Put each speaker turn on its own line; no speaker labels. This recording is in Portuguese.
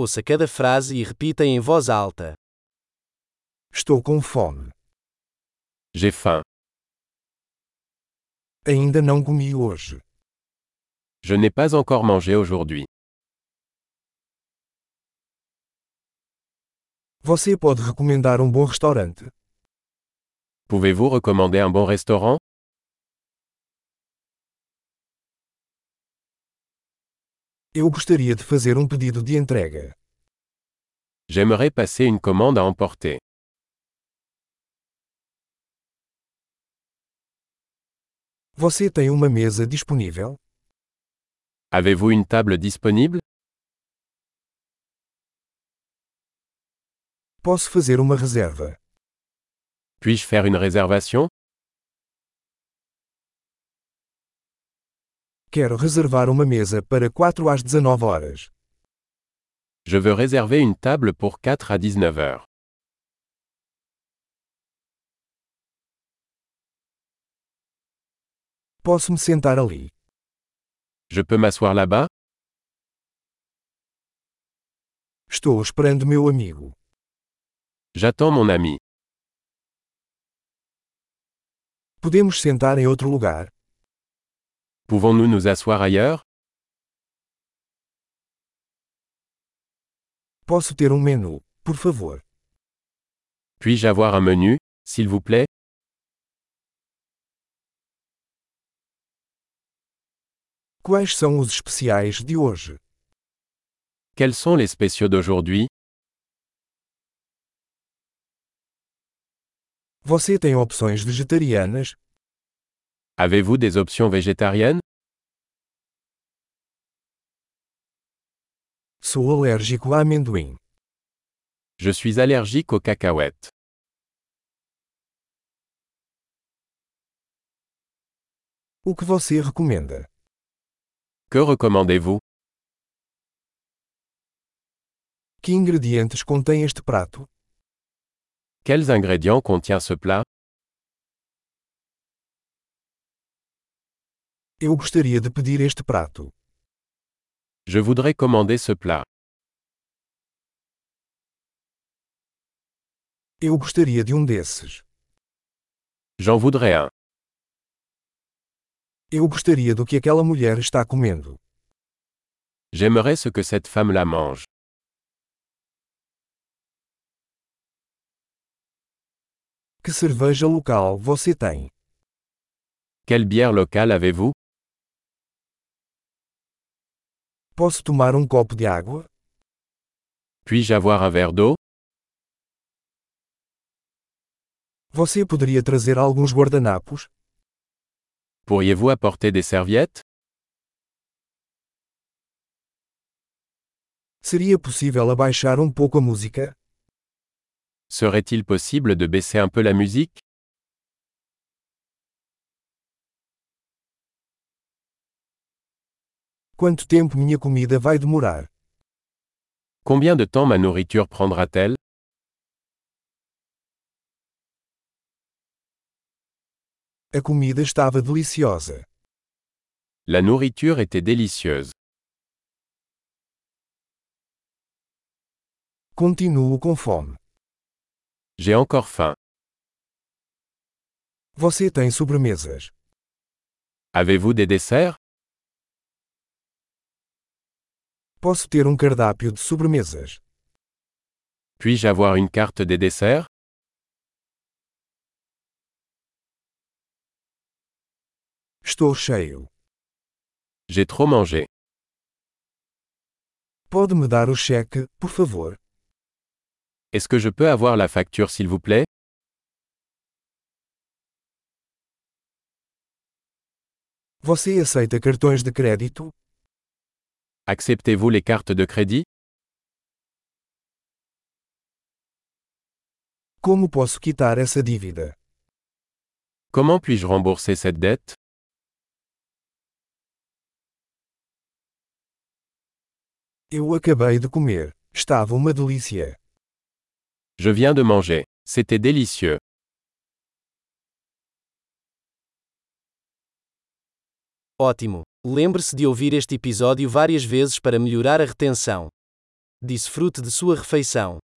Ouça cada frase e repita em voz alta.
Estou com fome.
J'ai faim.
Ainda não comi hoje.
Je n'ai pas encore mangé aujourd'hui.
Você pode recomendar um bom restaurante?
Pouvez-vous recommander un bon restaurant
Eu gostaria de fazer um pedido de entrega.
J'aimerais passer une commande à emporter.
Você tem uma mesa disponível?
Avez-vous une table disponible
Posso fazer uma reserva.
Puis-je faire une réservation
Quero reservar uma mesa para 4 às 19 horas.
Je veux réserver une table pour 4 à 19 heures.
Posso me sentar ali.
Je peux m'asseoir là-bas
Estou esperando meu amigo.
J'attends mon ami.
Podemos sentar em outro lugar?
Pouvons-nous nous asseoir ailleurs
Posso ter um menu, por favor?
Puis-je avoir un menu, s'il vous plaît
Quais são os especiais de hoje?
Quels sont les spéciaux d'aujourd'hui
Você tem opções vegetarianas?
Avez-vous des options végétariennes
Sou alérgico a amendoim.
Je suis allergique aux cacahuètes.
O que você recomenda?
Que recommandez-vous
Que ingredientes contém este prato?
Quels ingrédients contient ce plat
Eu gostaria de pedir este prato.
Je voudrais commander ce plat.
Eu gostaria de um desses.
J'en voudrais un.
Eu gostaria do que aquela mulher está comendo.
J'aimerais ce que cette femme-là mange.
Que cerveja local você tem?
Quelle bière locale avez-vous
Posso tomar um copo de água?
Puis-je avoir un verre d'eau
Você poderia trazer alguns guardanapos?
Pourriez-vous apporter des serviettes
Seria possível abaixar um pouco a música?
Serait-il possible de baisser un peu la musique
Quanto tempo minha comida vai demorar?
Combien de temps ma nourriture prendra-t-elle
A comida estava deliciosa.
La nourriture était délicieuse.
Continuo com fome.
J'ai encore faim.
Você tem sobremesas?
Avez-vous des desserts
Posso ter um cardápio de sobremesas?
Puis-je avoir une carte des desserts
Estou cheio.
J'ai trop mangé.
Pode me dar o cheque, por favor?
Est-ce que je peux avoir la facture s'il vous plaît
Você aceita cartões de crédito?
Acceptez-vous les cartes de crédit
Como posso quitar essa dívida?
Comment puis-je rembourser cette dette
Eu acabei de comer. Estava uma delícia.
Je viens de manger. C'était délicieux.
Ótimo! Lembre-se de ouvir este episódio várias vezes para melhorar a retenção. Desfrute de sua refeição.